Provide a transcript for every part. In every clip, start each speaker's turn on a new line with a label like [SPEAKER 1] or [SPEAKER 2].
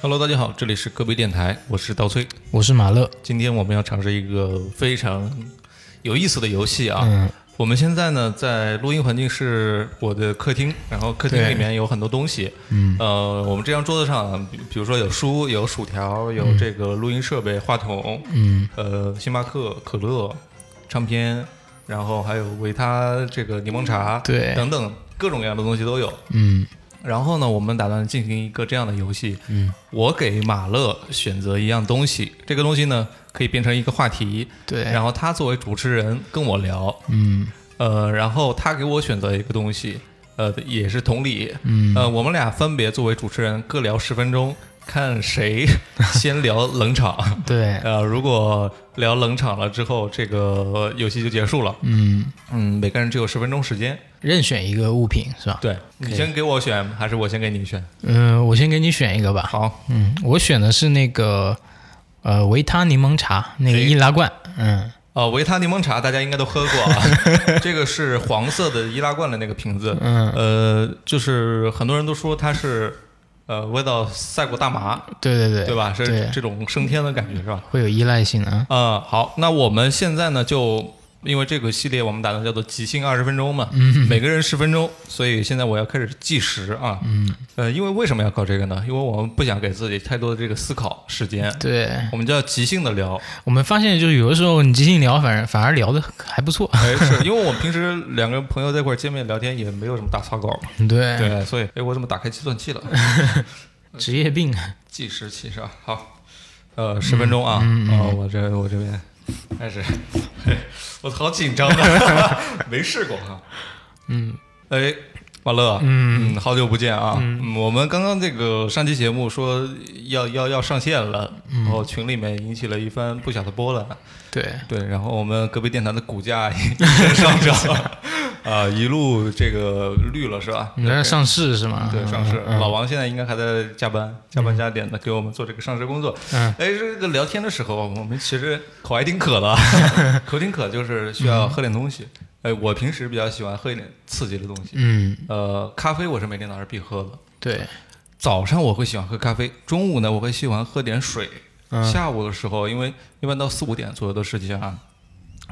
[SPEAKER 1] Hello，大家好，这里是戈壁电台，我是刀崔。
[SPEAKER 2] 我是马乐，
[SPEAKER 1] 今天我们要尝试一个非常有意思的游戏啊。
[SPEAKER 2] 嗯
[SPEAKER 1] 我们现在呢，在录音环境是我的客厅，然后客厅里面有很多东西。嗯，呃，我们这张桌子上，比比如说有书、有薯条、有这个录音设备、话筒，
[SPEAKER 2] 嗯，
[SPEAKER 1] 呃，星巴克、可乐、唱片，然后还有维他这个柠檬茶，
[SPEAKER 2] 对
[SPEAKER 1] 等等各种各样的东西都有。
[SPEAKER 2] 嗯
[SPEAKER 1] 然后呢，我们打算进行一个这样的游戏。
[SPEAKER 2] 嗯，
[SPEAKER 1] 我给马乐选择一样东西，这个东西呢可以变成一个话题，
[SPEAKER 2] 对
[SPEAKER 1] 然后他作为主持人跟我聊，
[SPEAKER 2] 嗯
[SPEAKER 1] 呃，然后他给我选择一个东西，呃，也是同理，
[SPEAKER 2] 嗯
[SPEAKER 1] 呃，我们俩分别作为主持人各聊十分钟，看谁先聊冷场。
[SPEAKER 2] 对，
[SPEAKER 1] 呃，如果聊冷场了之后，这个游戏就结束了。
[SPEAKER 2] 嗯，
[SPEAKER 1] 嗯，每个人只有十分钟时间。
[SPEAKER 2] 任选一个物品是吧？
[SPEAKER 1] 对你
[SPEAKER 2] 可以
[SPEAKER 1] 先给我选，还是我先给你选？
[SPEAKER 2] 嗯、我先给你选一个吧。
[SPEAKER 1] 好，
[SPEAKER 2] 嗯，我选的是那个呃维他柠檬茶那个易拉罐。嗯，
[SPEAKER 1] 呃，维他柠檬茶大家应该都喝过 啊，这个是黄色的易拉罐的那个瓶子，
[SPEAKER 2] 嗯
[SPEAKER 1] 呃，就是很多人都说它是，呃，味道赛过大麻，
[SPEAKER 2] 对对对，
[SPEAKER 1] 对吧？是
[SPEAKER 2] 对
[SPEAKER 1] 这种升天的感觉是吧？
[SPEAKER 2] 会有依赖性啊。
[SPEAKER 1] 呃，好，那我们现在呢就。因为这个系列我们打算叫做即兴二十分钟嘛，每个人十分钟，所以现在我要开始计时啊。
[SPEAKER 2] 嗯，
[SPEAKER 1] 呃，因为为什么要搞这个呢？因为我们不想给自己太多的这个思考时间，
[SPEAKER 2] 对，
[SPEAKER 1] 我们就要即兴的聊。
[SPEAKER 2] 我们发现就是有的时候你即兴聊，反而反而聊的还不错。
[SPEAKER 1] 哎，是因为我们平时两个朋友在一块儿见面聊天，也没有什么大草稿嘛。
[SPEAKER 2] 对，
[SPEAKER 1] 对，所以哎，我怎么打开计算器了？
[SPEAKER 2] 嗯职业病。
[SPEAKER 1] 计时器是吧？好，呃，十分钟啊，哦，我这我这边开始，嘿我好紧张啊， 没试过哈。
[SPEAKER 2] 嗯
[SPEAKER 1] 哎，马乐，
[SPEAKER 2] 嗯
[SPEAKER 1] 好久不见啊！嗯，我们刚刚这个上期节目说要要要上线了，然后群里面引起了一番不小的波澜。啊
[SPEAKER 2] 对，
[SPEAKER 1] 对，然后我们隔壁电台的股价 一直上涨，啊、一路这个绿了是吧？
[SPEAKER 2] 你在嗯上市是吗？
[SPEAKER 1] 对，上市。
[SPEAKER 2] 嗯
[SPEAKER 1] 老王现在应该还在加班，加班加点的给我们做这个上市工作。
[SPEAKER 2] 嗯，
[SPEAKER 1] 哎，这个聊天的时候，啊我们其实口还挺渴的， 口挺渴就是需要喝点东西。哎，我平时比较喜欢喝一点刺激的东西，
[SPEAKER 2] 嗯，
[SPEAKER 1] 呃，咖啡我是每天早上必喝的。
[SPEAKER 2] 对，
[SPEAKER 1] 早上我会喜欢喝咖啡，中午呢我会喜欢喝点水，
[SPEAKER 2] 嗯
[SPEAKER 1] 下午的时候因为一般到四五点左右的时间啊，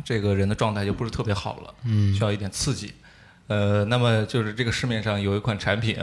[SPEAKER 1] 这个人的状态就不是特别好了，
[SPEAKER 2] 嗯
[SPEAKER 1] 需要一点刺激。呃，那么就是这个市面上有一款产品啊，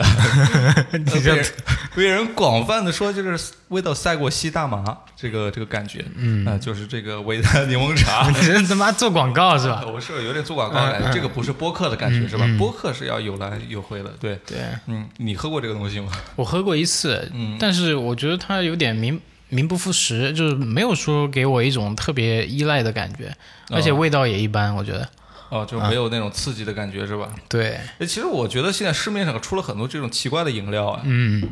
[SPEAKER 1] 呃被
[SPEAKER 2] 嗯
[SPEAKER 1] 人被人广泛的说就是味道赛过吸大麻这个这个感觉，
[SPEAKER 2] 嗯
[SPEAKER 1] 啊、就是这个维他柠檬茶。
[SPEAKER 2] 你这他妈做广告是吧？
[SPEAKER 1] 我是有点做广告
[SPEAKER 2] 哎
[SPEAKER 1] 来，这个不是播客的感
[SPEAKER 2] 嗯
[SPEAKER 1] 觉是吧？播客是要有来有回的，对，
[SPEAKER 2] 对。
[SPEAKER 1] 嗯，你喝过这个东西吗？
[SPEAKER 2] 我喝过一次，
[SPEAKER 1] 嗯
[SPEAKER 2] 但是我觉得它有点名名不副实，就是没有说给我一种特别依赖的感觉，而且味道也一般，我觉得。
[SPEAKER 1] 哦，
[SPEAKER 2] 啊
[SPEAKER 1] 就没有那种刺激的感觉是吧？
[SPEAKER 2] 对，
[SPEAKER 1] 哎，其实我觉得现在市面上出了很多这种奇怪的饮料啊，
[SPEAKER 2] 嗯，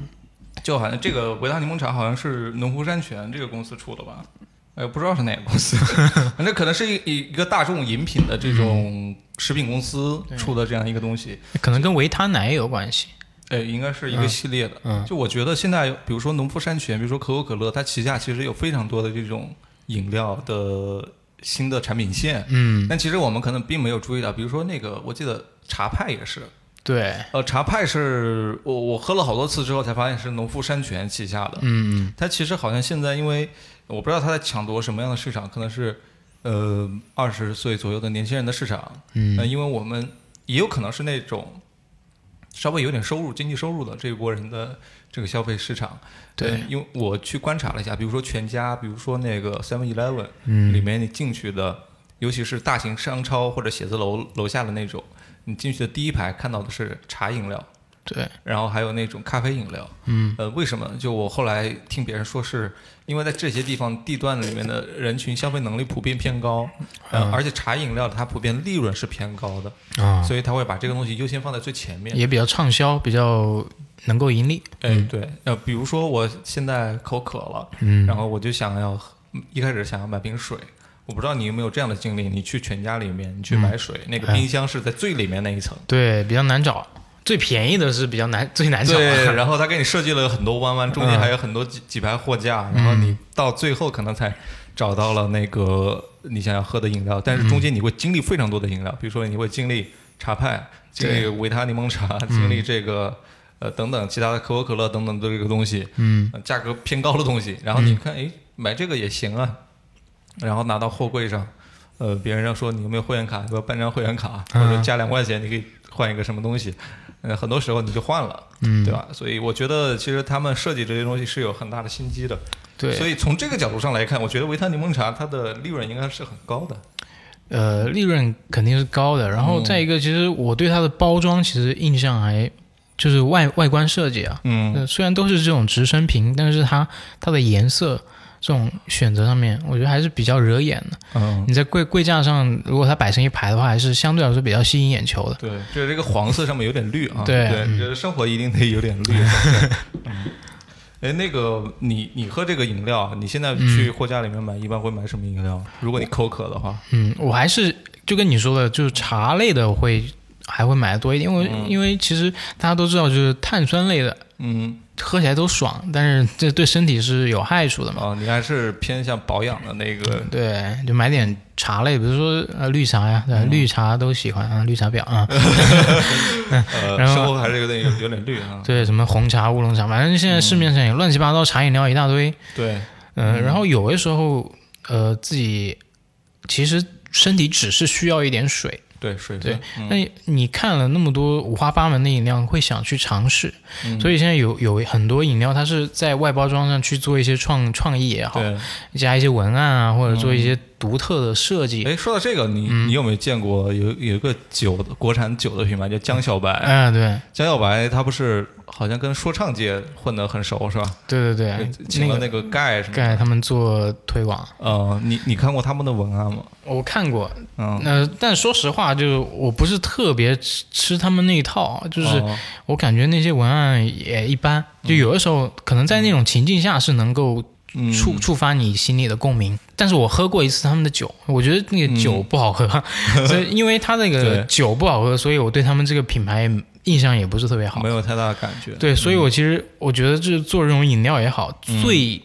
[SPEAKER 1] 就好像这个维他柠檬茶好像是农夫山泉这个公司出的吧？哎，不知道是哪个公 司，反正可能是一一一个大众饮品的这
[SPEAKER 2] 嗯
[SPEAKER 1] 种食品公司出的这样一个东西。
[SPEAKER 2] 可能跟维他奶有关系。
[SPEAKER 1] 哎，应该是一个系列的。
[SPEAKER 2] 嗯
[SPEAKER 1] 就我觉得现在，比如说农夫山泉，比如说可口可乐，它旗下其实有非常多的这种饮料的新的产品线。
[SPEAKER 2] 嗯，
[SPEAKER 1] 但其实我们可能并没有注意到，比如说那个，我记得茶派也是，
[SPEAKER 2] 对，
[SPEAKER 1] 呃，茶派是我我喝了好多次之后才发现是农夫山泉旗下的，
[SPEAKER 2] 嗯，
[SPEAKER 1] 它其实好像现在因为我不知道它在抢夺什么样的市场，可能是呃二十岁左右的年轻人的市场，
[SPEAKER 2] 嗯
[SPEAKER 1] 呃因为我们也有可能是那种稍微有点收入、经济收入的这一波人的这个消费市场，
[SPEAKER 2] 对
[SPEAKER 1] 呃因为我去观察了一下，比如说全家，比如说那个 Seven Eleven，
[SPEAKER 2] 嗯
[SPEAKER 1] 里面你进去的，尤其是大型商超或者写字楼楼下的那种，你进去的第一排看到的是茶饮料，
[SPEAKER 2] 对，
[SPEAKER 1] 然后还有那种咖啡饮料。
[SPEAKER 2] 嗯，
[SPEAKER 1] 呃，为什么？就我后来听别人说是，因为在这些地方地段里面的人群消费能力普遍偏高，呃，而且茶饮料它普遍利润是偏高的，
[SPEAKER 2] 啊、
[SPEAKER 1] 所以他会把这个东西优先放在最前面。
[SPEAKER 2] 也比较畅销，比较能够盈利。
[SPEAKER 1] 哎，对，呃，比如说我现在口渴了，
[SPEAKER 2] 嗯
[SPEAKER 1] 然后我就想要喝一开始想要买瓶水，我不知道你有没有这样的经历，你去全家里面，你去买水，那个冰箱是在最里面那一层。
[SPEAKER 2] 对，比较难找，最便宜的是比较难，最难找。
[SPEAKER 1] 对，然后他给你设计了很多弯弯，中间还有很多几几排货架，然后你到最后可能才找到了那个你想要喝的饮料，但是中间你会经历非
[SPEAKER 2] 嗯
[SPEAKER 1] 常多的饮料，比如说你会经历茶派，经历维他柠檬茶，经历这个呃等等其他的可口可乐等等的这个东西，
[SPEAKER 2] 嗯，
[SPEAKER 1] 呃价格偏高的东西，然后你看，哎，买这个也行啊，然后拿到货柜上，呃，别人要说你有没有会员卡，给我办张会员卡，或
[SPEAKER 2] 啊
[SPEAKER 1] 者加两块钱你可以换一个什么东西，呃，很多时候你就换了，
[SPEAKER 2] 嗯，
[SPEAKER 1] 对吧？所以我觉得其实他们设计这些东西是有很大的心机的，
[SPEAKER 2] 对，
[SPEAKER 1] 所以从这个角度上来看，我觉得维他柠檬茶它的利润应该是很高的，
[SPEAKER 2] 呃，利润肯定是高的。然后再一个，其实我对它的包装其实印象还就是外外观设计啊，
[SPEAKER 1] 嗯
[SPEAKER 2] 呃虽然都是这种直升瓶，但是它它的颜色这种选择上面，我觉得还是比较惹眼的。
[SPEAKER 1] 嗯，
[SPEAKER 2] 你在柜柜架上，如果它摆成一排的话，还是相对来说比较吸引眼球的。
[SPEAKER 1] 对，就是这个黄色上面有点绿啊，
[SPEAKER 2] 对
[SPEAKER 1] 对，
[SPEAKER 2] 嗯
[SPEAKER 1] 就是生活一定得有点绿。对嗯 哎，那个你你喝这个饮料，你现在去货架里面买，一般会买什么饮料？如果你口渴的话，
[SPEAKER 2] 嗯，我还是就跟你说的，就是茶类的我会还会买的多一点，因为、因为其实大家都知道，就是碳酸类的
[SPEAKER 1] 嗯，
[SPEAKER 2] 喝起来都爽，但是这对身体是有害处的嘛。
[SPEAKER 1] 哦，你还是偏向保养的那 个，
[SPEAKER 2] 对，就买点茶类，比如说呃绿茶呀，
[SPEAKER 1] 嗯
[SPEAKER 2] 对吧绿茶都喜欢啊，绿茶婊啊，
[SPEAKER 1] 呃，
[SPEAKER 2] 然后
[SPEAKER 1] 生活还是有点有有点绿啊。
[SPEAKER 2] 对，什么红茶、乌龙茶，反正现在市面上有乱七八糟茶饮料一大堆。
[SPEAKER 1] 对，
[SPEAKER 2] 嗯、然后有的时候呃自己其实身体只是需要一点水，
[SPEAKER 1] 对，水
[SPEAKER 2] 对
[SPEAKER 1] 分，嗯
[SPEAKER 2] 那你看了那么多五花八门的饮料，会想去尝试，
[SPEAKER 1] 嗯
[SPEAKER 2] 所以现在有有很多饮料，它是在外包装上去做一些创创意也好，
[SPEAKER 1] 对。嗯
[SPEAKER 2] 加一些文案啊，或者做一些独特的设计。
[SPEAKER 1] 哎，说到这个，你
[SPEAKER 2] 嗯
[SPEAKER 1] 你有没有见过有有一个酒的国产酒的品牌叫江小白？
[SPEAKER 2] 嗯，对
[SPEAKER 1] 江小白他不是好像跟说唱界混得很熟是吧？呃
[SPEAKER 2] 对对对，
[SPEAKER 1] 请了
[SPEAKER 2] 哎那个
[SPEAKER 1] 那个盖什么的？
[SPEAKER 2] 盖他们做推广，
[SPEAKER 1] 呃，你你看过他们的文案吗？
[SPEAKER 2] 我看过。
[SPEAKER 1] 嗯，
[SPEAKER 2] 呃，但说实话，就是我不是特别吃吃他们那一套，啊就是
[SPEAKER 1] 哦
[SPEAKER 2] 我感觉那些文案也一般，就有的时候可能在那种情境下是能够
[SPEAKER 1] 嗯
[SPEAKER 2] 触触发你心里的共鸣。但是我喝过一次他们的酒，我觉得那个酒不好喝， 所以因为他那个
[SPEAKER 1] 嗯对
[SPEAKER 2] 酒不好喝，所以我对他们这个品牌印象也不是特别好
[SPEAKER 1] 没。有太大的感觉。嗯
[SPEAKER 2] 对，所以我其实我觉得就是做这种饮料也好，最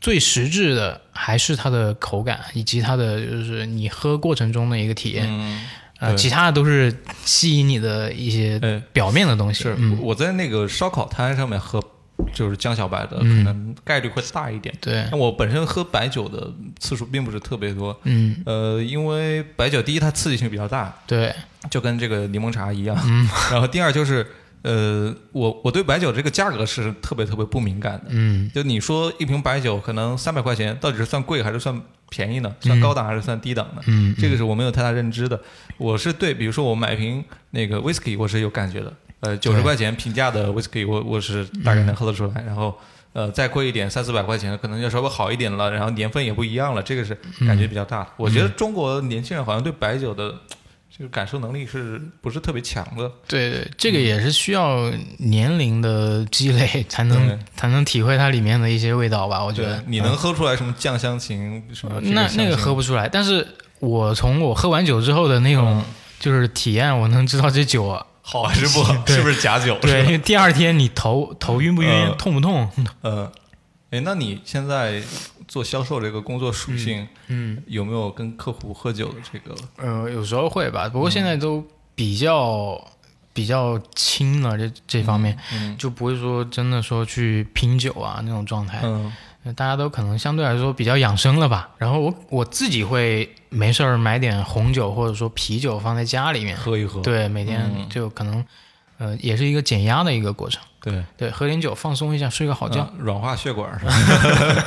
[SPEAKER 2] 最实质的还是它的口感以及它的就是你喝过程中的一个体验，
[SPEAKER 1] 嗯，
[SPEAKER 2] 呃，
[SPEAKER 1] 对
[SPEAKER 2] 其他的都是吸引你的一些
[SPEAKER 1] 哎，
[SPEAKER 2] 表面的东西。
[SPEAKER 1] 是
[SPEAKER 2] 嗯，
[SPEAKER 1] 我在那个烧烤摊上面喝，就是江小白的，可
[SPEAKER 2] 嗯
[SPEAKER 1] 能概率会大一点。
[SPEAKER 2] 对，
[SPEAKER 1] 那我本身喝白酒的次数并不是特别多，
[SPEAKER 2] 嗯，
[SPEAKER 1] 呃，因为白酒第一它刺激性比较大，
[SPEAKER 2] 对，
[SPEAKER 1] 就跟这个柠檬茶一样。
[SPEAKER 2] 嗯
[SPEAKER 1] 然后第二就是，呃，我我对白酒这个价格是特别特别不敏感的。
[SPEAKER 2] 嗯，
[SPEAKER 1] 就你说一瓶白酒可能三百块钱，到底是算贵还是算便宜呢？算高档还是算低档呢？
[SPEAKER 2] 嗯，
[SPEAKER 1] 这个是我没有太大认知的。我是对，比如说我买一瓶那个 whisky，我是有感觉的。呃，九十
[SPEAKER 2] 对嗯
[SPEAKER 1] 块钱平价的 whisky，我我是大概能喝得出来。然后呃，再贵一点，三四百块钱可能要稍微好一点了，然后年份也不一样了，这个是感
[SPEAKER 2] 嗯
[SPEAKER 1] 觉比较大的。我觉得中国年轻人好像对白酒的这个感受能力是不是特别强的？
[SPEAKER 2] 对对，这个也是需要年龄的积累才能
[SPEAKER 1] 对
[SPEAKER 2] 才能体会它里面的一些味道吧，我觉得。嗯
[SPEAKER 1] 你能喝出来什么酱香型什么这
[SPEAKER 2] 那
[SPEAKER 1] 香
[SPEAKER 2] 那啊个
[SPEAKER 1] 型
[SPEAKER 2] 喝不出来，但是我从我喝完酒之后的那种就是体验，我能知道这酒啊，
[SPEAKER 1] 好还是不好？
[SPEAKER 2] 对
[SPEAKER 1] 是不是假酒？
[SPEAKER 2] 对，呃
[SPEAKER 1] 是
[SPEAKER 2] 因
[SPEAKER 1] 吧，
[SPEAKER 2] 为第二天你头头晕不晕、
[SPEAKER 1] 嗯
[SPEAKER 2] 痛不痛？
[SPEAKER 1] 嗯，哎，那你现在做销售这个工作属性，
[SPEAKER 2] 嗯，
[SPEAKER 1] 有没有跟客户喝酒的这个？
[SPEAKER 2] 呃，有时候会吧，不过现在都比较、比较轻了，这这方面、
[SPEAKER 1] 嗯
[SPEAKER 2] 就不会说真的说去拼酒啊那种状态，
[SPEAKER 1] 嗯
[SPEAKER 2] 大家都可能相对来说比较养生了吧。然后我我自己会没事儿买点红酒或者说啤酒放在家里面，
[SPEAKER 1] 喝一喝，
[SPEAKER 2] 对，每天就可能、呃也是一个减压的一个过程。
[SPEAKER 1] 对，
[SPEAKER 2] 对，喝点酒放松一下，睡个好觉。
[SPEAKER 1] 嗯软化血管是吧？嗯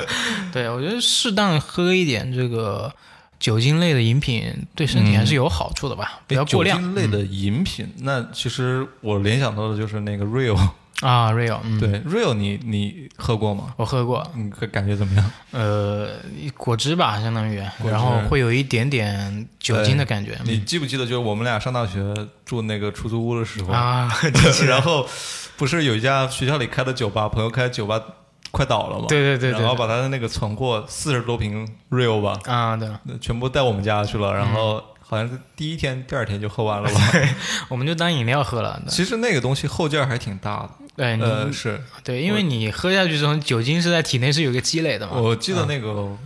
[SPEAKER 2] 对我觉得适当喝一点这个酒精类的饮品，对身体还是有好处的吧，不
[SPEAKER 1] 诶
[SPEAKER 2] 要
[SPEAKER 1] 嗯
[SPEAKER 2] 过
[SPEAKER 1] 哎酒
[SPEAKER 2] 量嗯
[SPEAKER 1] 精类的饮品，那其实我联想到的就是那个 Real，
[SPEAKER 2] 啊。Real，嗯，
[SPEAKER 1] 对 Real，你你喝过吗？
[SPEAKER 2] 我喝过，
[SPEAKER 1] 你感感觉怎么样？
[SPEAKER 2] 呃，果汁吧，相当于，
[SPEAKER 1] 果汁哎
[SPEAKER 2] 然后会有一点点酒精的感觉。
[SPEAKER 1] 你记不记得，就是我们俩上大学住那个出租屋的时候，
[SPEAKER 2] 啊，
[SPEAKER 1] 然后不是有一家学校里开的酒吧，朋友开的酒吧快倒了吗？
[SPEAKER 2] 对对对对
[SPEAKER 1] 然后把他的那个存货四十多瓶 real 吧，
[SPEAKER 2] 啊，对了，
[SPEAKER 1] 那全部带我们家
[SPEAKER 2] 嗯
[SPEAKER 1] 去了，然后好像是第一天、第二天就喝完了吧。
[SPEAKER 2] 我们就当饮料喝了。
[SPEAKER 1] 其实那个东西后劲儿还挺大的，
[SPEAKER 2] 对，你、
[SPEAKER 1] 呃，是
[SPEAKER 2] 对，因为你喝下去之后，酒精是在体内是有一个积累的嘛。
[SPEAKER 1] 我记得那个。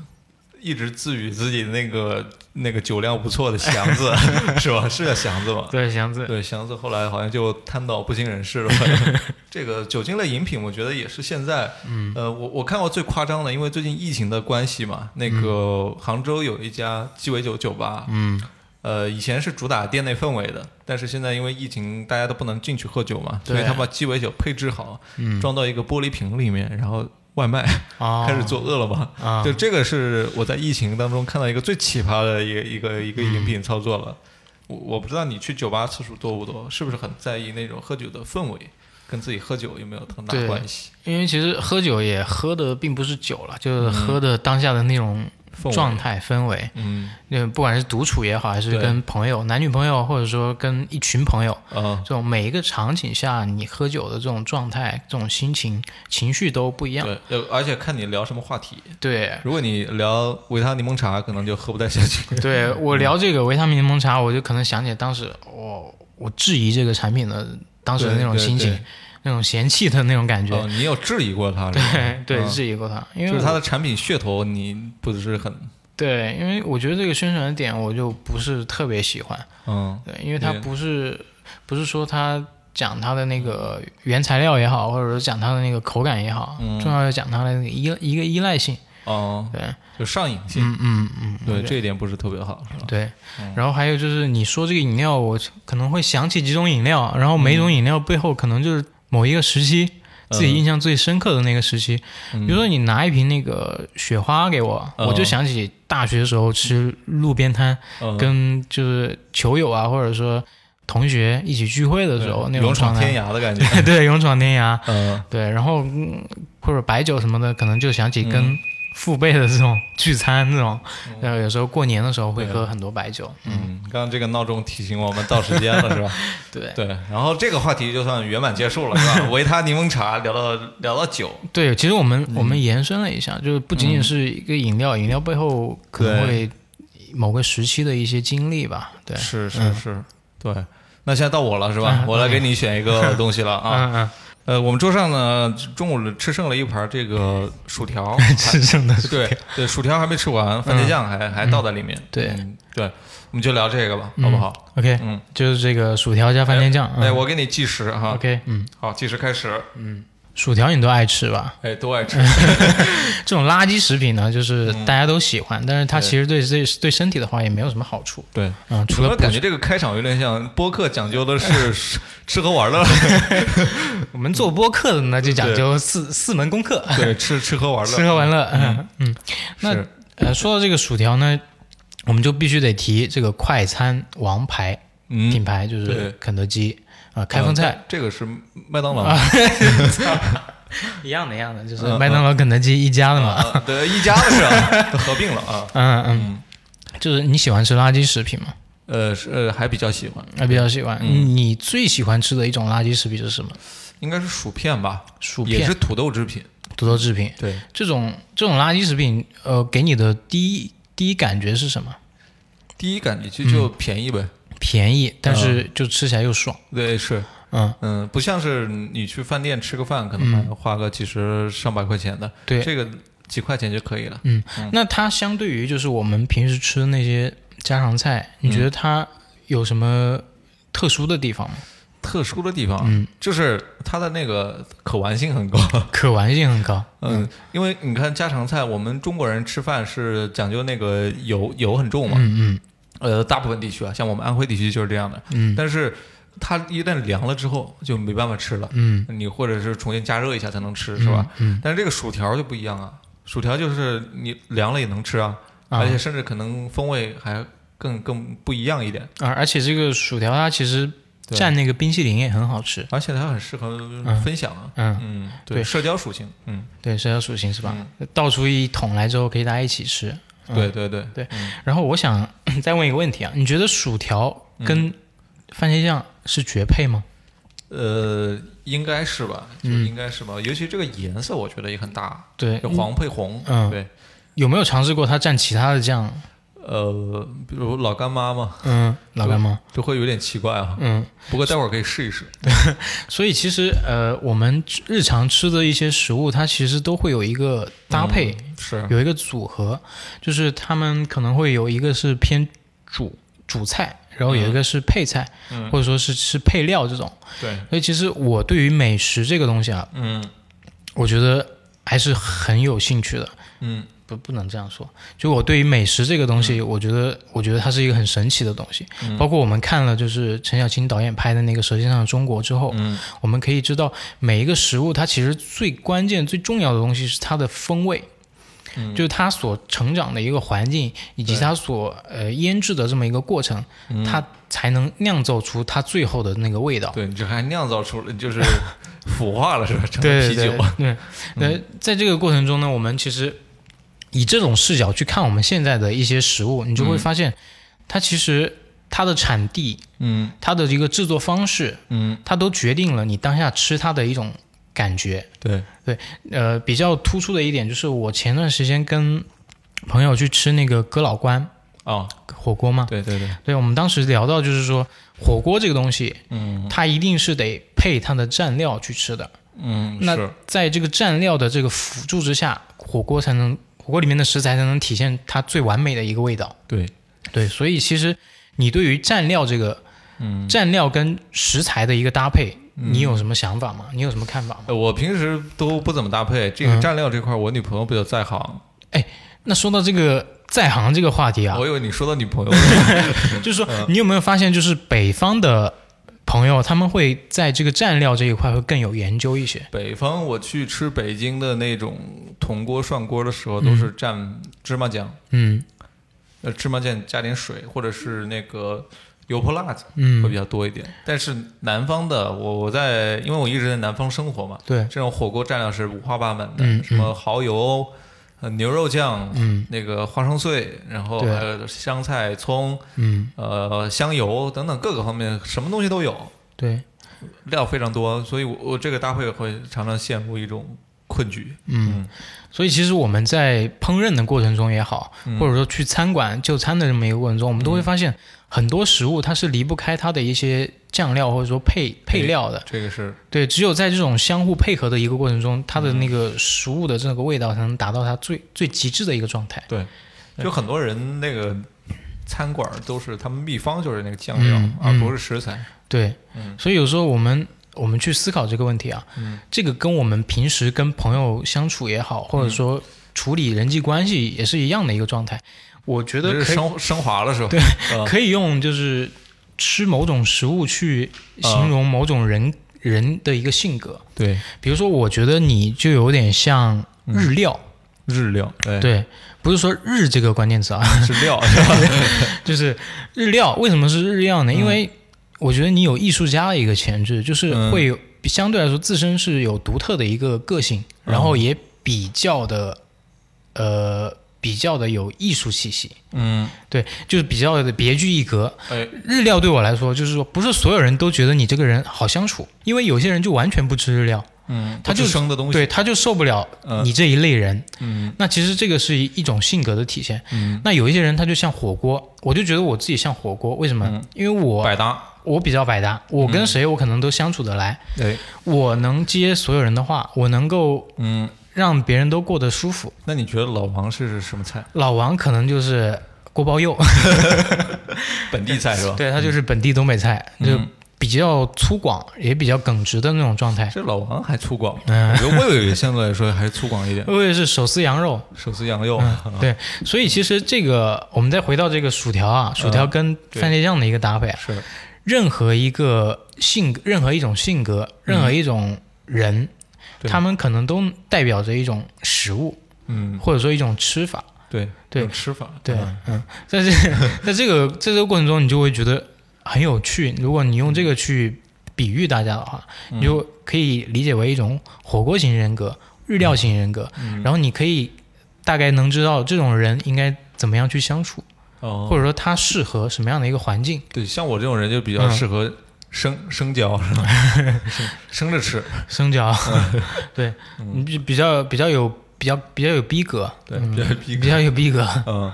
[SPEAKER 1] 一直自诩自己那个那个酒量不错的祥 子，是吧？是叫祥子吧？
[SPEAKER 2] 对，祥子，
[SPEAKER 1] 对，祥子后来好像就瘫倒不省人事了。 这个酒精类饮品，我觉得也是现在，嗯，呃，我我看过最夸张的，因为最近疫情的关系嘛，那个杭州有一家鸡尾酒酒吧，
[SPEAKER 2] 嗯，
[SPEAKER 1] 呃，以前是主打店内氛围的，但是现在因为疫情，大家都不能进去喝酒嘛，所以
[SPEAKER 2] 对
[SPEAKER 1] 他把鸡尾酒配置好，
[SPEAKER 2] 嗯
[SPEAKER 1] 装到一个玻璃瓶里面，然后外卖
[SPEAKER 2] 啊，
[SPEAKER 1] 开始做饿了么。
[SPEAKER 2] 啊，
[SPEAKER 1] 就这个是我在疫情当中看到一个最奇葩的一个一个一个饮品操作
[SPEAKER 2] 嗯
[SPEAKER 1] 了。我我不知道你去酒吧次数多不多，是不是很在意那种喝酒的氛围，跟自己喝酒有没有很大
[SPEAKER 2] 对
[SPEAKER 1] 关系？
[SPEAKER 2] 因为其实喝酒也喝的并不是酒了，就是
[SPEAKER 1] 嗯
[SPEAKER 2] 喝的当下的那种
[SPEAKER 1] 氛围
[SPEAKER 2] 状态氛围，
[SPEAKER 1] 嗯
[SPEAKER 2] 嗯，不管是独处也好，还是
[SPEAKER 1] 对
[SPEAKER 2] 跟朋友、男女朋友，或者说跟一群朋友，
[SPEAKER 1] 啊，
[SPEAKER 2] 这种每一个场景下你喝酒的这种状态、这种心情、情绪都不一样。
[SPEAKER 1] 对，呃而且看你聊什么话题。
[SPEAKER 2] 对，
[SPEAKER 1] 如果你聊维他柠檬茶，可能就喝不太下去。
[SPEAKER 2] 对我聊这个维他命柠檬茶，我就可能想起当时我我质疑这个产品的当时的那种
[SPEAKER 1] 对对
[SPEAKER 2] 心情
[SPEAKER 1] 对，
[SPEAKER 2] 那种嫌弃的那种感觉。
[SPEAKER 1] 哦，你有质疑过它是吧？
[SPEAKER 2] 对 对，
[SPEAKER 1] 嗯
[SPEAKER 2] 质疑过它，因为
[SPEAKER 1] 就是
[SPEAKER 2] 我
[SPEAKER 1] 它的产品噱头，你不是很
[SPEAKER 2] 对，因为我觉得这个宣传的点我就不是特别喜欢，
[SPEAKER 1] 嗯
[SPEAKER 2] 对，因为它
[SPEAKER 1] 对
[SPEAKER 2] 不是不是说它讲它的那个原材料也好，或者说讲它的那个口感也好，
[SPEAKER 1] 嗯
[SPEAKER 2] 重要的讲它的那个依一个依赖性，
[SPEAKER 1] 哦，
[SPEAKER 2] 对，
[SPEAKER 1] 就上瘾性。
[SPEAKER 2] 嗯嗯嗯，
[SPEAKER 1] 对，这一点不是特别好，是吧？
[SPEAKER 2] 对，
[SPEAKER 1] 嗯
[SPEAKER 2] 然后还有就是你说这个饮料，我可能会想起几种饮料，然后每
[SPEAKER 1] 嗯
[SPEAKER 2] 种饮料背后可能就是某一个时期。自己印象最深刻的那个时期，比如说你拿一瓶那个雪花给我，
[SPEAKER 1] 嗯
[SPEAKER 2] 我就想起大学的时候吃路边摊，
[SPEAKER 1] 嗯
[SPEAKER 2] 跟就是球友啊，或者说同学一起聚会的时候
[SPEAKER 1] 对
[SPEAKER 2] 那种
[SPEAKER 1] 勇闯
[SPEAKER 2] 状态
[SPEAKER 1] 天涯的感觉。
[SPEAKER 2] 对，勇闯天涯，
[SPEAKER 1] 嗯，
[SPEAKER 2] 对，然后嗯或者白酒什么的，可能就想起
[SPEAKER 1] 嗯
[SPEAKER 2] 跟父辈的这种聚餐这种，然后有时候过年的时候会喝很多白酒，
[SPEAKER 1] 嗯，刚刚这个闹钟提醒我们到时间了，是吧？
[SPEAKER 2] 对
[SPEAKER 1] 对，然后这个话题就算圆满结束了，是吧？ 维他柠檬茶聊到聊到酒，
[SPEAKER 2] 对，其实我
[SPEAKER 1] 嗯
[SPEAKER 2] 们、我们延伸了一下，就是不仅仅是一个饮料，饮料背后可能
[SPEAKER 1] 对
[SPEAKER 2] 会某个时期的一些经历吧，对，嗯
[SPEAKER 1] 是是是，对。那现在到我了，是吧
[SPEAKER 2] 啊？
[SPEAKER 1] 我来给你选一个东西了啊。
[SPEAKER 2] 嗯
[SPEAKER 1] 呃，我们桌上呢，中午吃剩了一盘这个 薯条，
[SPEAKER 2] 嗯，是真的，
[SPEAKER 1] 对对，薯条还没吃完，番茄酱还还倒在里面。
[SPEAKER 2] 对
[SPEAKER 1] 嗯对，我们就聊这个吧，好不好？
[SPEAKER 2] ，OK，
[SPEAKER 1] 嗯，
[SPEAKER 2] 就是这个薯条加番茄酱，
[SPEAKER 1] 哎，
[SPEAKER 2] 嗯
[SPEAKER 1] 我给啊你计时哈。
[SPEAKER 2] ，OK，嗯，
[SPEAKER 1] 好，计时开始。
[SPEAKER 2] 薯条你都爱吃吧？
[SPEAKER 1] 哎，都爱吃。
[SPEAKER 2] 嗯这种垃圾食品呢，就是大家都喜欢，但是它
[SPEAKER 1] 对
[SPEAKER 2] 其实嗯对对对身体的话也没有什么好处。
[SPEAKER 1] 对，
[SPEAKER 2] 嗯，除
[SPEAKER 1] 除了
[SPEAKER 2] 了
[SPEAKER 1] 感觉这个开场有点像播客，讲究的 是吃吃喝玩乐，
[SPEAKER 2] 我们做播客的呢，就讲究四四门功课，
[SPEAKER 1] 对，吃吃喝玩乐，
[SPEAKER 2] 吃喝玩乐。嗯嗯，那
[SPEAKER 1] 是
[SPEAKER 2] 呃，说到这个薯条呢，我们就必须得提这个快餐王牌品
[SPEAKER 1] 嗯，
[SPEAKER 2] 牌，就
[SPEAKER 1] 对
[SPEAKER 2] 是肯德基啊，开封菜
[SPEAKER 1] 嗯这个是麦当劳，
[SPEAKER 2] 一样的，一样的，就是
[SPEAKER 1] 嗯
[SPEAKER 2] 麦当劳、肯德基一家的嘛。
[SPEAKER 1] 啊对，一家子是吧 都合并了啊，
[SPEAKER 2] 嗯嗯，就是你喜欢吃垃圾食品吗？
[SPEAKER 1] 呃是呃还比较喜欢，
[SPEAKER 2] 我比较喜欢。
[SPEAKER 1] 嗯
[SPEAKER 2] 你最喜欢吃的一种垃圾食品是什么？
[SPEAKER 1] 应该是薯片吧，
[SPEAKER 2] 薯
[SPEAKER 1] 也
[SPEAKER 2] 片
[SPEAKER 1] 是、土豆制品，
[SPEAKER 2] 土豆制品。
[SPEAKER 1] 对，
[SPEAKER 2] 这种这种垃圾食品，呃，给你的第一第一感觉是什么？
[SPEAKER 1] 第一感觉就就便宜呗，
[SPEAKER 2] 便宜，但是就吃起来又爽。
[SPEAKER 1] 对是，
[SPEAKER 2] 嗯，
[SPEAKER 1] 嗯，不像是你去饭店吃个饭，可能还要花个几十上百块钱的，
[SPEAKER 2] 对，
[SPEAKER 1] 这个几块钱就可以了，
[SPEAKER 2] 嗯，那它相对于就是我们平时吃的那些家常菜，你觉得它有什么特殊的地方吗？
[SPEAKER 1] 特殊的地方
[SPEAKER 2] 嗯，
[SPEAKER 1] 就是它的那个可玩性 很高。
[SPEAKER 2] 可玩性很高。
[SPEAKER 1] 嗯，因为你看家常菜，我们中国人吃饭是讲究那个油油很重嘛，
[SPEAKER 2] 嗯
[SPEAKER 1] 呃，大部分地区啊，像我们安徽地区就是这样的。
[SPEAKER 2] 嗯
[SPEAKER 1] 但是它一旦凉了之后就没办法吃了，
[SPEAKER 2] 嗯
[SPEAKER 1] 你或者是重新加热一下才能吃，
[SPEAKER 2] 嗯，
[SPEAKER 1] 是吧？？
[SPEAKER 2] 嗯
[SPEAKER 1] 但是这个薯条就不一样啊，薯条就是你凉了也能吃啊，
[SPEAKER 2] 啊
[SPEAKER 1] 而且甚至可能风味还更更不一样一点，
[SPEAKER 2] 啊，而且这个薯条它其实
[SPEAKER 1] 对
[SPEAKER 2] 蘸那个冰淇淋也很好吃。
[SPEAKER 1] 而且它很适合分享啊。
[SPEAKER 2] 嗯，
[SPEAKER 1] 嗯，
[SPEAKER 2] 对
[SPEAKER 1] 社交属性，嗯，
[SPEAKER 2] 对，社交属性是吧？倒出一桶来之后，可以大家一起吃。嗯
[SPEAKER 1] 对对对，
[SPEAKER 2] 然后我想 再问一个问题啊，你觉得薯条跟番茄酱是绝配吗？
[SPEAKER 1] 呃，应该是吧，就
[SPEAKER 2] 嗯
[SPEAKER 1] 应该是吧，尤其这个颜色，我觉得也很大，
[SPEAKER 2] 对
[SPEAKER 1] 就，黄配红，
[SPEAKER 2] 嗯
[SPEAKER 1] 对，
[SPEAKER 2] 有没有尝试过它蘸其他的酱？
[SPEAKER 1] 呃，比如老干妈嘛，
[SPEAKER 2] 嗯，老干妈，
[SPEAKER 1] 就会有点奇怪啊。
[SPEAKER 2] 嗯，
[SPEAKER 1] 不过待会儿可以试一试。
[SPEAKER 2] 所以其实呃，我们日常吃的一些食物，它其实都会有一个搭配，
[SPEAKER 1] 嗯是，
[SPEAKER 2] 有一个组合，就是他们可能会有一个是偏主主菜，然后有一个是配菜，
[SPEAKER 1] 嗯
[SPEAKER 2] 或者说是吃配料这种。
[SPEAKER 1] 对，
[SPEAKER 2] 所以其实我对于美食这个东西啊，
[SPEAKER 1] 嗯
[SPEAKER 2] 我觉得还是很有兴趣的。
[SPEAKER 1] 嗯
[SPEAKER 2] 不不能这样说。就我对于美食这个东西，我觉得我觉得它是一个很神奇的东西。
[SPEAKER 1] 嗯
[SPEAKER 2] 包括我们看了就是陈小青导演拍的那个《舌尖上的中国》之后，
[SPEAKER 1] 嗯
[SPEAKER 2] 我们可以知道每一个食物它其实最关键、最重要的东西是它的风味。
[SPEAKER 1] 嗯
[SPEAKER 2] 就是它所成长的一个环境，以及
[SPEAKER 1] 对
[SPEAKER 2] 它所呃腌制的这么一个过程，
[SPEAKER 1] 嗯，
[SPEAKER 2] 它才能酿造出它最后的那个味道。
[SPEAKER 1] 对你这还酿造出了，就是 腐化了是吧？成为
[SPEAKER 2] 对
[SPEAKER 1] 啤酒。嗯
[SPEAKER 2] 对， 对呃，在这个过程中呢，我们其实以这种视角去看我们现在的一些食物，你就会发现，它其实它的产地、
[SPEAKER 1] 嗯
[SPEAKER 2] 它的一个制作方式，
[SPEAKER 1] 嗯，
[SPEAKER 2] 它都决定了你当下吃它的一种感觉。
[SPEAKER 1] 对，
[SPEAKER 2] 呃，比较突出的一点就是，我前段时间跟朋友去吃那个哥老关
[SPEAKER 1] 哦，
[SPEAKER 2] 火锅嘛，
[SPEAKER 1] 对对对，
[SPEAKER 2] 对，我们当时聊到就是说，火锅这个东西，
[SPEAKER 1] 嗯
[SPEAKER 2] 它一定是得配它的蘸料去吃的。
[SPEAKER 1] 嗯，
[SPEAKER 2] 那
[SPEAKER 1] 是
[SPEAKER 2] 在这个蘸料的这个辅助之下，火锅才能火锅里面的食材才能体现它最完美的一个味道。
[SPEAKER 1] 对，
[SPEAKER 2] 对，所以其实你对于蘸料这个
[SPEAKER 1] 嗯。
[SPEAKER 2] 蘸料跟食材的一个搭配，
[SPEAKER 1] 嗯
[SPEAKER 2] 你有什么想法吗？你有什么看法吗？
[SPEAKER 1] 呃我平时都不怎么搭配这个
[SPEAKER 2] 嗯
[SPEAKER 1] 蘸料这块，我女朋友比较在行。
[SPEAKER 2] 那说到这个在行这个话题啊
[SPEAKER 1] 哦我，以为嗯你说到女朋友，
[SPEAKER 2] 就是说你有没有发现，就是北方的朋友他们会在这个蘸料这一块会更有研究一些。
[SPEAKER 1] 北方我去吃北京的那种铜锅涮锅的时候，都是蘸芝麻酱，
[SPEAKER 2] 嗯
[SPEAKER 1] 呃，芝麻酱加点水，或者是那个油泼辣子会比
[SPEAKER 2] 嗯，
[SPEAKER 1] 较多一点。但是南方的，我我在因为我一直在南方生活嘛，
[SPEAKER 2] 对，
[SPEAKER 1] 这种火锅蘸料是五花八门的，
[SPEAKER 2] 嗯
[SPEAKER 1] 什么蚝油、呃牛肉酱、
[SPEAKER 2] 嗯
[SPEAKER 1] 那个花生碎，然后
[SPEAKER 2] 对
[SPEAKER 1] 还有香菜、葱、
[SPEAKER 2] 嗯
[SPEAKER 1] 呃香油等等各个方面，什么东西都有，
[SPEAKER 2] 对，
[SPEAKER 1] 料非常多，所以我我这个搭配会常常陷入一种困局。
[SPEAKER 2] 嗯，所以其实我们在烹饪的过程中也好，
[SPEAKER 1] 嗯
[SPEAKER 2] 或者说去餐馆就餐的这么一个过程中，我们都会发现很多食物它是离不开它的一些酱料或者说配配料的。
[SPEAKER 1] 这个是
[SPEAKER 2] 对，只有在这种相互配合的一个过程中，它的那个食物的这个味道才能达到它最最极致的一个状态。
[SPEAKER 1] 对，就很多人那个餐馆都是他们秘方就是那个酱料，
[SPEAKER 2] 嗯
[SPEAKER 1] 而
[SPEAKER 2] 嗯
[SPEAKER 1] 不是食材。
[SPEAKER 2] 对，
[SPEAKER 1] 嗯
[SPEAKER 2] 所以有时候我们我们去思考这个问题啊，
[SPEAKER 1] 嗯
[SPEAKER 2] 这个跟我们平时跟朋友相处也好，或者说处理人际关系也是一样的一个状态。我觉得
[SPEAKER 1] 这
[SPEAKER 2] 可
[SPEAKER 1] 是
[SPEAKER 2] 以
[SPEAKER 1] 升升华了是吧？
[SPEAKER 2] 对
[SPEAKER 1] 啊
[SPEAKER 2] 可以用就是吃某种食物去形容某种人、人的一个性格。
[SPEAKER 1] 对，
[SPEAKER 2] 比如说，我觉得你就有点像日料，
[SPEAKER 1] 日料嗯对
[SPEAKER 2] 对，不是说日这个关键词啊，
[SPEAKER 1] 是料是吧？
[SPEAKER 2] 就是日料。为什么是日料
[SPEAKER 1] 嗯
[SPEAKER 2] 呢？因为我觉得你有艺术家的一个潜质，就是
[SPEAKER 1] 嗯
[SPEAKER 2] 会有、相对来说自身是有独特的一个个性，
[SPEAKER 1] 嗯
[SPEAKER 2] 然后也比较的，呃，比较的有艺术气息，
[SPEAKER 1] 嗯，
[SPEAKER 2] 对，就是比较的别具一格。
[SPEAKER 1] 哎，
[SPEAKER 2] 日料对我来说，就是说不是所有人都觉得你这个人好相处，因为有些人就完全不吃日料，
[SPEAKER 1] 嗯，
[SPEAKER 2] 它
[SPEAKER 1] 不吃
[SPEAKER 2] 就
[SPEAKER 1] 生的东西，
[SPEAKER 2] 对，他就受不了
[SPEAKER 1] 嗯
[SPEAKER 2] 你这一类人。
[SPEAKER 1] 嗯
[SPEAKER 2] 那其实这个是一一种性格的体现。
[SPEAKER 1] 嗯，
[SPEAKER 2] 那有一些人他就像火锅，我就觉得我自己像火锅，为什么？
[SPEAKER 1] 嗯
[SPEAKER 2] 因为我
[SPEAKER 1] 百搭，
[SPEAKER 2] 我比较百搭，我跟谁我可能都相处得来，
[SPEAKER 1] 哎，
[SPEAKER 2] 我能接所有人的话，我能够
[SPEAKER 1] 嗯，
[SPEAKER 2] 让别人都过得舒服。
[SPEAKER 1] 那你觉得老王是什么菜？
[SPEAKER 2] 老王可能就是锅包肉，
[SPEAKER 1] 嗯本地菜是吧？
[SPEAKER 2] 对他就是本地东北菜，就
[SPEAKER 1] 嗯
[SPEAKER 2] 比较粗犷，也比较耿直的那种状态。
[SPEAKER 1] 这老王还粗犷，
[SPEAKER 2] 嗯
[SPEAKER 1] 我觉得魏伟相对来说还粗犷一点，
[SPEAKER 2] 因为是手撕羊肉，
[SPEAKER 1] 手撕羊肉，
[SPEAKER 2] 嗯
[SPEAKER 1] 啊
[SPEAKER 2] 对，所以其实这个我们再回到这个薯条啊，薯条跟
[SPEAKER 1] 对
[SPEAKER 2] 番茄酱的一个搭配啊，
[SPEAKER 1] 是，
[SPEAKER 2] 任何一个性格，任何一种性格，任何一种人，
[SPEAKER 1] 嗯对
[SPEAKER 2] 他们可能都代表着一种食物，
[SPEAKER 1] 嗯，
[SPEAKER 2] 或者说一种吃法。
[SPEAKER 1] 对，
[SPEAKER 2] 对
[SPEAKER 1] 有吃法，
[SPEAKER 2] 对
[SPEAKER 1] 嗯，
[SPEAKER 2] 嗯，在 这在这个在这个过程中，你就会觉得很有趣。如果你用这个去比喻大家的话，
[SPEAKER 1] 嗯
[SPEAKER 2] 你就可以理解为一种火锅型人格、日料型人格，
[SPEAKER 1] 嗯
[SPEAKER 2] 然后你可以大概能知道这种人应该怎么样去相处，
[SPEAKER 1] 哦，
[SPEAKER 2] 或者说他适合什么样的一个 环境。
[SPEAKER 1] 对，像我这种人就比较
[SPEAKER 2] 嗯
[SPEAKER 1] 适合生、生嚼，是 吧？生生着吃，
[SPEAKER 2] 生嚼，
[SPEAKER 1] 嗯
[SPEAKER 2] 对，你就比较比较有比较比较有逼格，
[SPEAKER 1] 对，
[SPEAKER 2] 嗯
[SPEAKER 1] 比较逼格
[SPEAKER 2] 比较有逼格。
[SPEAKER 1] 嗯，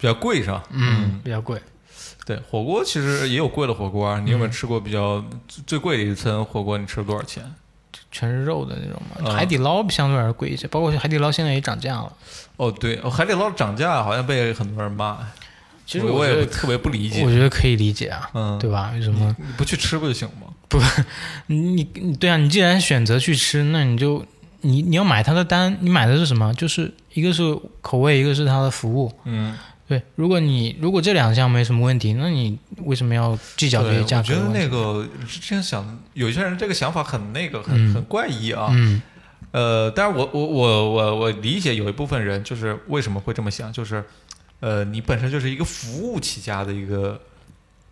[SPEAKER 1] 比较贵是吧？
[SPEAKER 2] 嗯，比较贵。
[SPEAKER 1] 对，火锅其实也有贵的火锅啊。你有没有
[SPEAKER 2] 嗯
[SPEAKER 1] 吃过比较最贵的一餐火锅？你吃了多少钱？
[SPEAKER 2] 全是肉的那种嘛。
[SPEAKER 1] 嗯
[SPEAKER 2] 海底捞相对来说贵一些，包括海底捞现在也涨价了。
[SPEAKER 1] 哦，对，哦海底捞涨价好像被很多人骂，
[SPEAKER 2] 其实
[SPEAKER 1] 我
[SPEAKER 2] 我觉
[SPEAKER 1] 也
[SPEAKER 2] 得
[SPEAKER 1] 特别不理
[SPEAKER 2] 我
[SPEAKER 1] 解。
[SPEAKER 2] 觉得可以理解啊，
[SPEAKER 1] 嗯，
[SPEAKER 2] 对吧？为什么？
[SPEAKER 1] 你不去吃不就行吗？
[SPEAKER 2] 你你你对啊，你既然选择去吃，那你就你你要买它的单，你买的是什么？就是一个是口味，一个是它的服务。
[SPEAKER 1] 嗯，
[SPEAKER 2] 对，如果你如果这两项没什么问题，那你为什么要计较这
[SPEAKER 1] 对
[SPEAKER 2] 些价
[SPEAKER 1] 我
[SPEAKER 2] 格
[SPEAKER 1] 觉
[SPEAKER 2] 的
[SPEAKER 1] 得
[SPEAKER 2] 问题？
[SPEAKER 1] 那个之前想，有些人这个想法很那个，很、
[SPEAKER 2] 嗯
[SPEAKER 1] 很怪异啊。
[SPEAKER 2] 嗯
[SPEAKER 1] 呃，但是我我我我我理解有一部分人就是为什么会这么想，就是呃，你本身就是一个服务起家的一个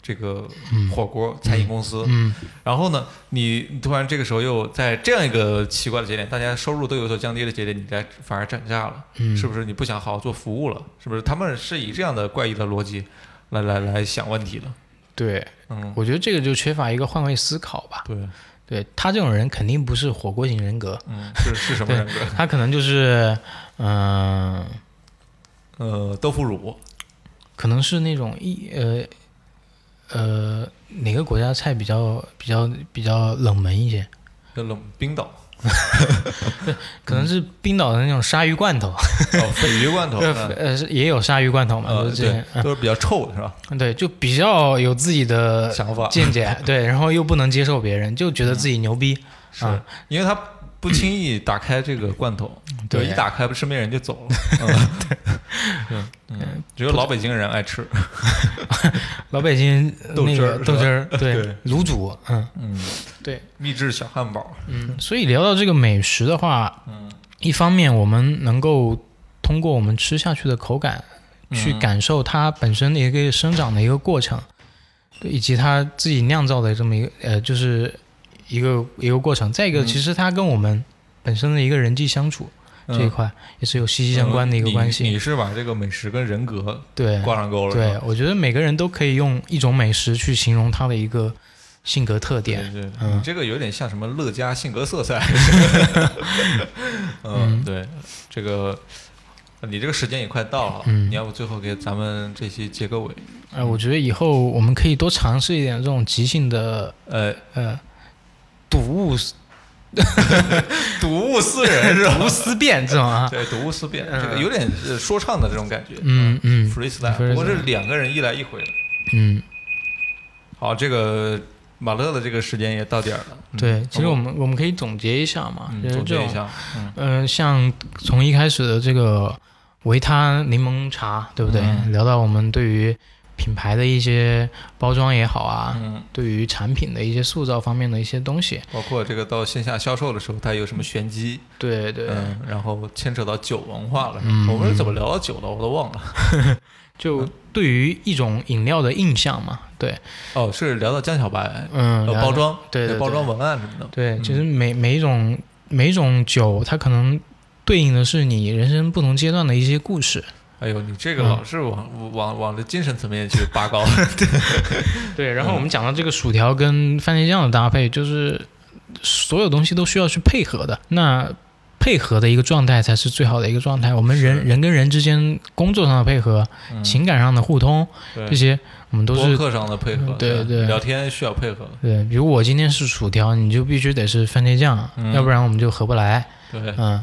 [SPEAKER 1] 这个火锅餐饮公司，
[SPEAKER 2] 嗯
[SPEAKER 1] 然后呢，你你突然这个时候又在这样一个奇怪的节点，大家收入都有所降低的节点，你来反而涨价了，
[SPEAKER 2] 嗯，
[SPEAKER 1] 是不是？你不想好好做服务了，是不是？他们是以这样的怪异的逻辑来来来想问题的，
[SPEAKER 2] 对，
[SPEAKER 1] 嗯，
[SPEAKER 2] 我觉得这个就缺乏一个换位思考吧。
[SPEAKER 1] 对，
[SPEAKER 2] 对他这种人肯定不是火锅型人格，
[SPEAKER 1] 嗯，是是什么 人格？
[SPEAKER 2] 他可能就是嗯、
[SPEAKER 1] 呃，豆腐乳，
[SPEAKER 2] 可能是那种一呃呃哪个国家的菜比较比较比较冷门一些，
[SPEAKER 1] 冷冰岛，
[SPEAKER 2] 可能是冰岛的那种鲨鱼罐头，
[SPEAKER 1] 哦，鲱鱼罐头， 嗯
[SPEAKER 2] 呃是也有鲨鱼罐头嘛，
[SPEAKER 1] 呃，
[SPEAKER 2] 就是之前
[SPEAKER 1] 对，都是比较臭的是吧？
[SPEAKER 2] 嗯对，就比较有自己的
[SPEAKER 1] 想法
[SPEAKER 2] 呃 见解，对，然后又不能接受别人，就觉得自己牛逼，
[SPEAKER 1] 是
[SPEAKER 2] 啊
[SPEAKER 1] 因为他不轻易打开这个罐头，
[SPEAKER 2] 嗯对
[SPEAKER 1] 嗯一打开身边人就走了。嗯对，嗯，只有老北京人爱吃。
[SPEAKER 2] 老北京呃
[SPEAKER 1] 豆
[SPEAKER 2] 那
[SPEAKER 1] 汁儿
[SPEAKER 2] 个
[SPEAKER 1] 是吧
[SPEAKER 2] 豆 汁儿，
[SPEAKER 1] 对
[SPEAKER 2] 对，卤煮，嗯，
[SPEAKER 1] 嗯，
[SPEAKER 2] 对，
[SPEAKER 1] 秘制小汉堡。
[SPEAKER 2] 嗯，所以聊到这个美食的话，
[SPEAKER 1] 嗯，
[SPEAKER 2] 一方面我们能够通过我们吃下去的口感，
[SPEAKER 1] 嗯
[SPEAKER 2] 去感受它本身的一个生长的一个过程，对以及它自己酿造的这么一个呃，就是一个一个过程。再一个，
[SPEAKER 1] 嗯
[SPEAKER 2] 其实它跟我们本身的一个人际相处
[SPEAKER 1] 嗯
[SPEAKER 2] 这一块也是有息息相关的一个关
[SPEAKER 1] 你
[SPEAKER 2] 系。
[SPEAKER 1] 你是把这个美食跟人格
[SPEAKER 2] 对
[SPEAKER 1] 挂上钩了，是
[SPEAKER 2] 对
[SPEAKER 1] 吧，
[SPEAKER 2] 我觉得每个人都可以用一种美食去形容它的一个性格特点。
[SPEAKER 1] 对对，
[SPEAKER 2] 嗯
[SPEAKER 1] 你这个有点像什么乐嘉性格色彩。 嗯，对，这个你这个时间也快到了，
[SPEAKER 2] 嗯
[SPEAKER 1] 你要不最后给咱们这期结个尾？
[SPEAKER 2] 呃，我觉得以后我们可以多尝试一点这种即兴的
[SPEAKER 1] 呃，
[SPEAKER 2] 呃睹物
[SPEAKER 1] 睹物思 人是吧？
[SPEAKER 2] 不思辨这种啊。
[SPEAKER 1] 对，睹物思辨，
[SPEAKER 2] 嗯
[SPEAKER 1] 这个有点呃说唱的这种感觉。
[SPEAKER 2] 嗯嗯
[SPEAKER 1] freestyle，
[SPEAKER 2] freestyle
[SPEAKER 1] 不过这是两个人一来一回的。
[SPEAKER 2] 嗯，
[SPEAKER 1] 好，这个马乐的这个时间也到点儿了。嗯
[SPEAKER 2] 对，其实我们我们可以总结一下嘛，
[SPEAKER 1] 嗯
[SPEAKER 2] 就是
[SPEAKER 1] 总
[SPEAKER 2] 这
[SPEAKER 1] 结一
[SPEAKER 2] 种
[SPEAKER 1] 下，嗯
[SPEAKER 2] 呃，像从一开始的这个维他柠檬茶，对不对？
[SPEAKER 1] 嗯
[SPEAKER 2] 聊到我们对于品牌的一些包装也好啊，
[SPEAKER 1] 嗯，
[SPEAKER 2] 对于产品的一些塑造方面的一些东西，
[SPEAKER 1] 包括这个到线下销售的时候，它有什么玄机？
[SPEAKER 2] 对对，
[SPEAKER 1] 嗯，然后牵扯到酒文化了。
[SPEAKER 2] 嗯
[SPEAKER 1] 我们是怎么聊到酒的，我都忘了。
[SPEAKER 2] 就对于一种饮料的印象嘛，对，
[SPEAKER 1] 哦，是聊到江小白，
[SPEAKER 2] 嗯，
[SPEAKER 1] 呃，
[SPEAKER 2] 然
[SPEAKER 1] 包
[SPEAKER 2] 后
[SPEAKER 1] 装，嗯
[SPEAKER 2] 对对对
[SPEAKER 1] 包装文案什么的。
[SPEAKER 2] 对，其实每每一种每一种酒，它可能对应的是你人生不同阶段的一些故事。
[SPEAKER 1] 哎呦，你这个
[SPEAKER 2] 嗯
[SPEAKER 1] 老是往往往这精神层面去拔高。
[SPEAKER 2] 对，然后我们讲到这个薯条跟番茄酱的搭配，就是所有东西都需要去配合的。那配合的一个状态才是最好的一个状态。我们人人跟人之间工作上的配合、
[SPEAKER 1] 嗯
[SPEAKER 2] 情感上的互通，
[SPEAKER 1] 对
[SPEAKER 2] 这些我们都
[SPEAKER 1] 播
[SPEAKER 2] 是嗯
[SPEAKER 1] 客上的配合，
[SPEAKER 2] 对对
[SPEAKER 1] 聊天需要配合，
[SPEAKER 2] 对。比如我今天是薯条，你就必须得是番茄酱，
[SPEAKER 1] 嗯
[SPEAKER 2] 要不然我们就合不来。
[SPEAKER 1] 对，
[SPEAKER 2] 嗯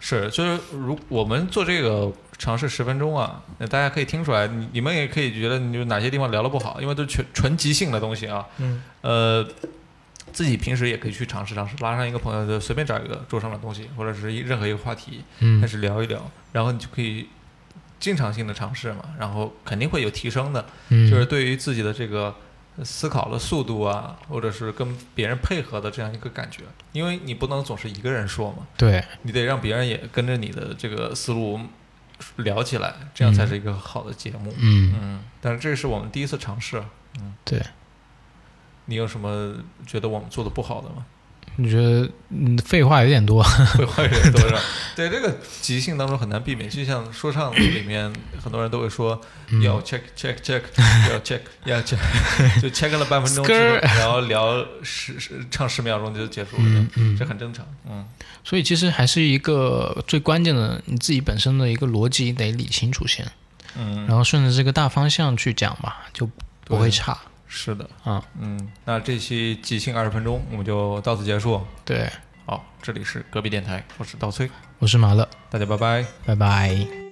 [SPEAKER 1] 是，就是如我们做这个尝试十分钟啊，那大家可以听出来，你你们也可以觉得你有哪些地方聊的不好，因为都是纯纯即兴的东西啊。
[SPEAKER 2] 嗯
[SPEAKER 1] 呃，自己平时也可以去尝试尝试，拉上一个朋友，就随便找一个桌上的东西，或者是一任何一个话题，开
[SPEAKER 2] 嗯
[SPEAKER 1] 始聊一聊，然后你就可以经常性的尝试嘛，然后肯定会有提升的，
[SPEAKER 2] 嗯，
[SPEAKER 1] 就是对于自己的这个。思考的速度啊，或者是跟别人配合的这样一个感觉，因为你不能总是一个人说嘛，
[SPEAKER 2] 对
[SPEAKER 1] 你得让别人也跟着你的这个思路聊起来，这样才是一个好的节目。
[SPEAKER 2] 嗯。
[SPEAKER 1] 嗯，但是这是我们第一次尝试。嗯，
[SPEAKER 2] 对。
[SPEAKER 1] 你有什么觉得我们做的不好的吗？
[SPEAKER 2] 你觉得嗯，废话有点多，
[SPEAKER 1] 会坏人多少？ 对，这个即兴当中很难避免，就像说唱里面很多人都会说要 check check check 要 check 要 check，就 check 了半分钟之后，
[SPEAKER 2] Skr
[SPEAKER 1] 然后聊十十唱十秒钟就结束了，
[SPEAKER 2] 嗯嗯
[SPEAKER 1] 这，很正常。嗯，
[SPEAKER 2] 所以其实还是一个最关键的你自己本身的一个逻辑得理清楚先，
[SPEAKER 1] 嗯，
[SPEAKER 2] 然后顺着这个大方向去讲吧，就不会差。
[SPEAKER 1] 是的，
[SPEAKER 2] 嗯
[SPEAKER 1] 嗯，那这期即兴二十分钟我们就到此结束。
[SPEAKER 2] 对，
[SPEAKER 1] 好，这里是隔壁电台，我是稻崔，
[SPEAKER 2] 我是马乐，
[SPEAKER 1] 大家拜拜。
[SPEAKER 2] 拜拜。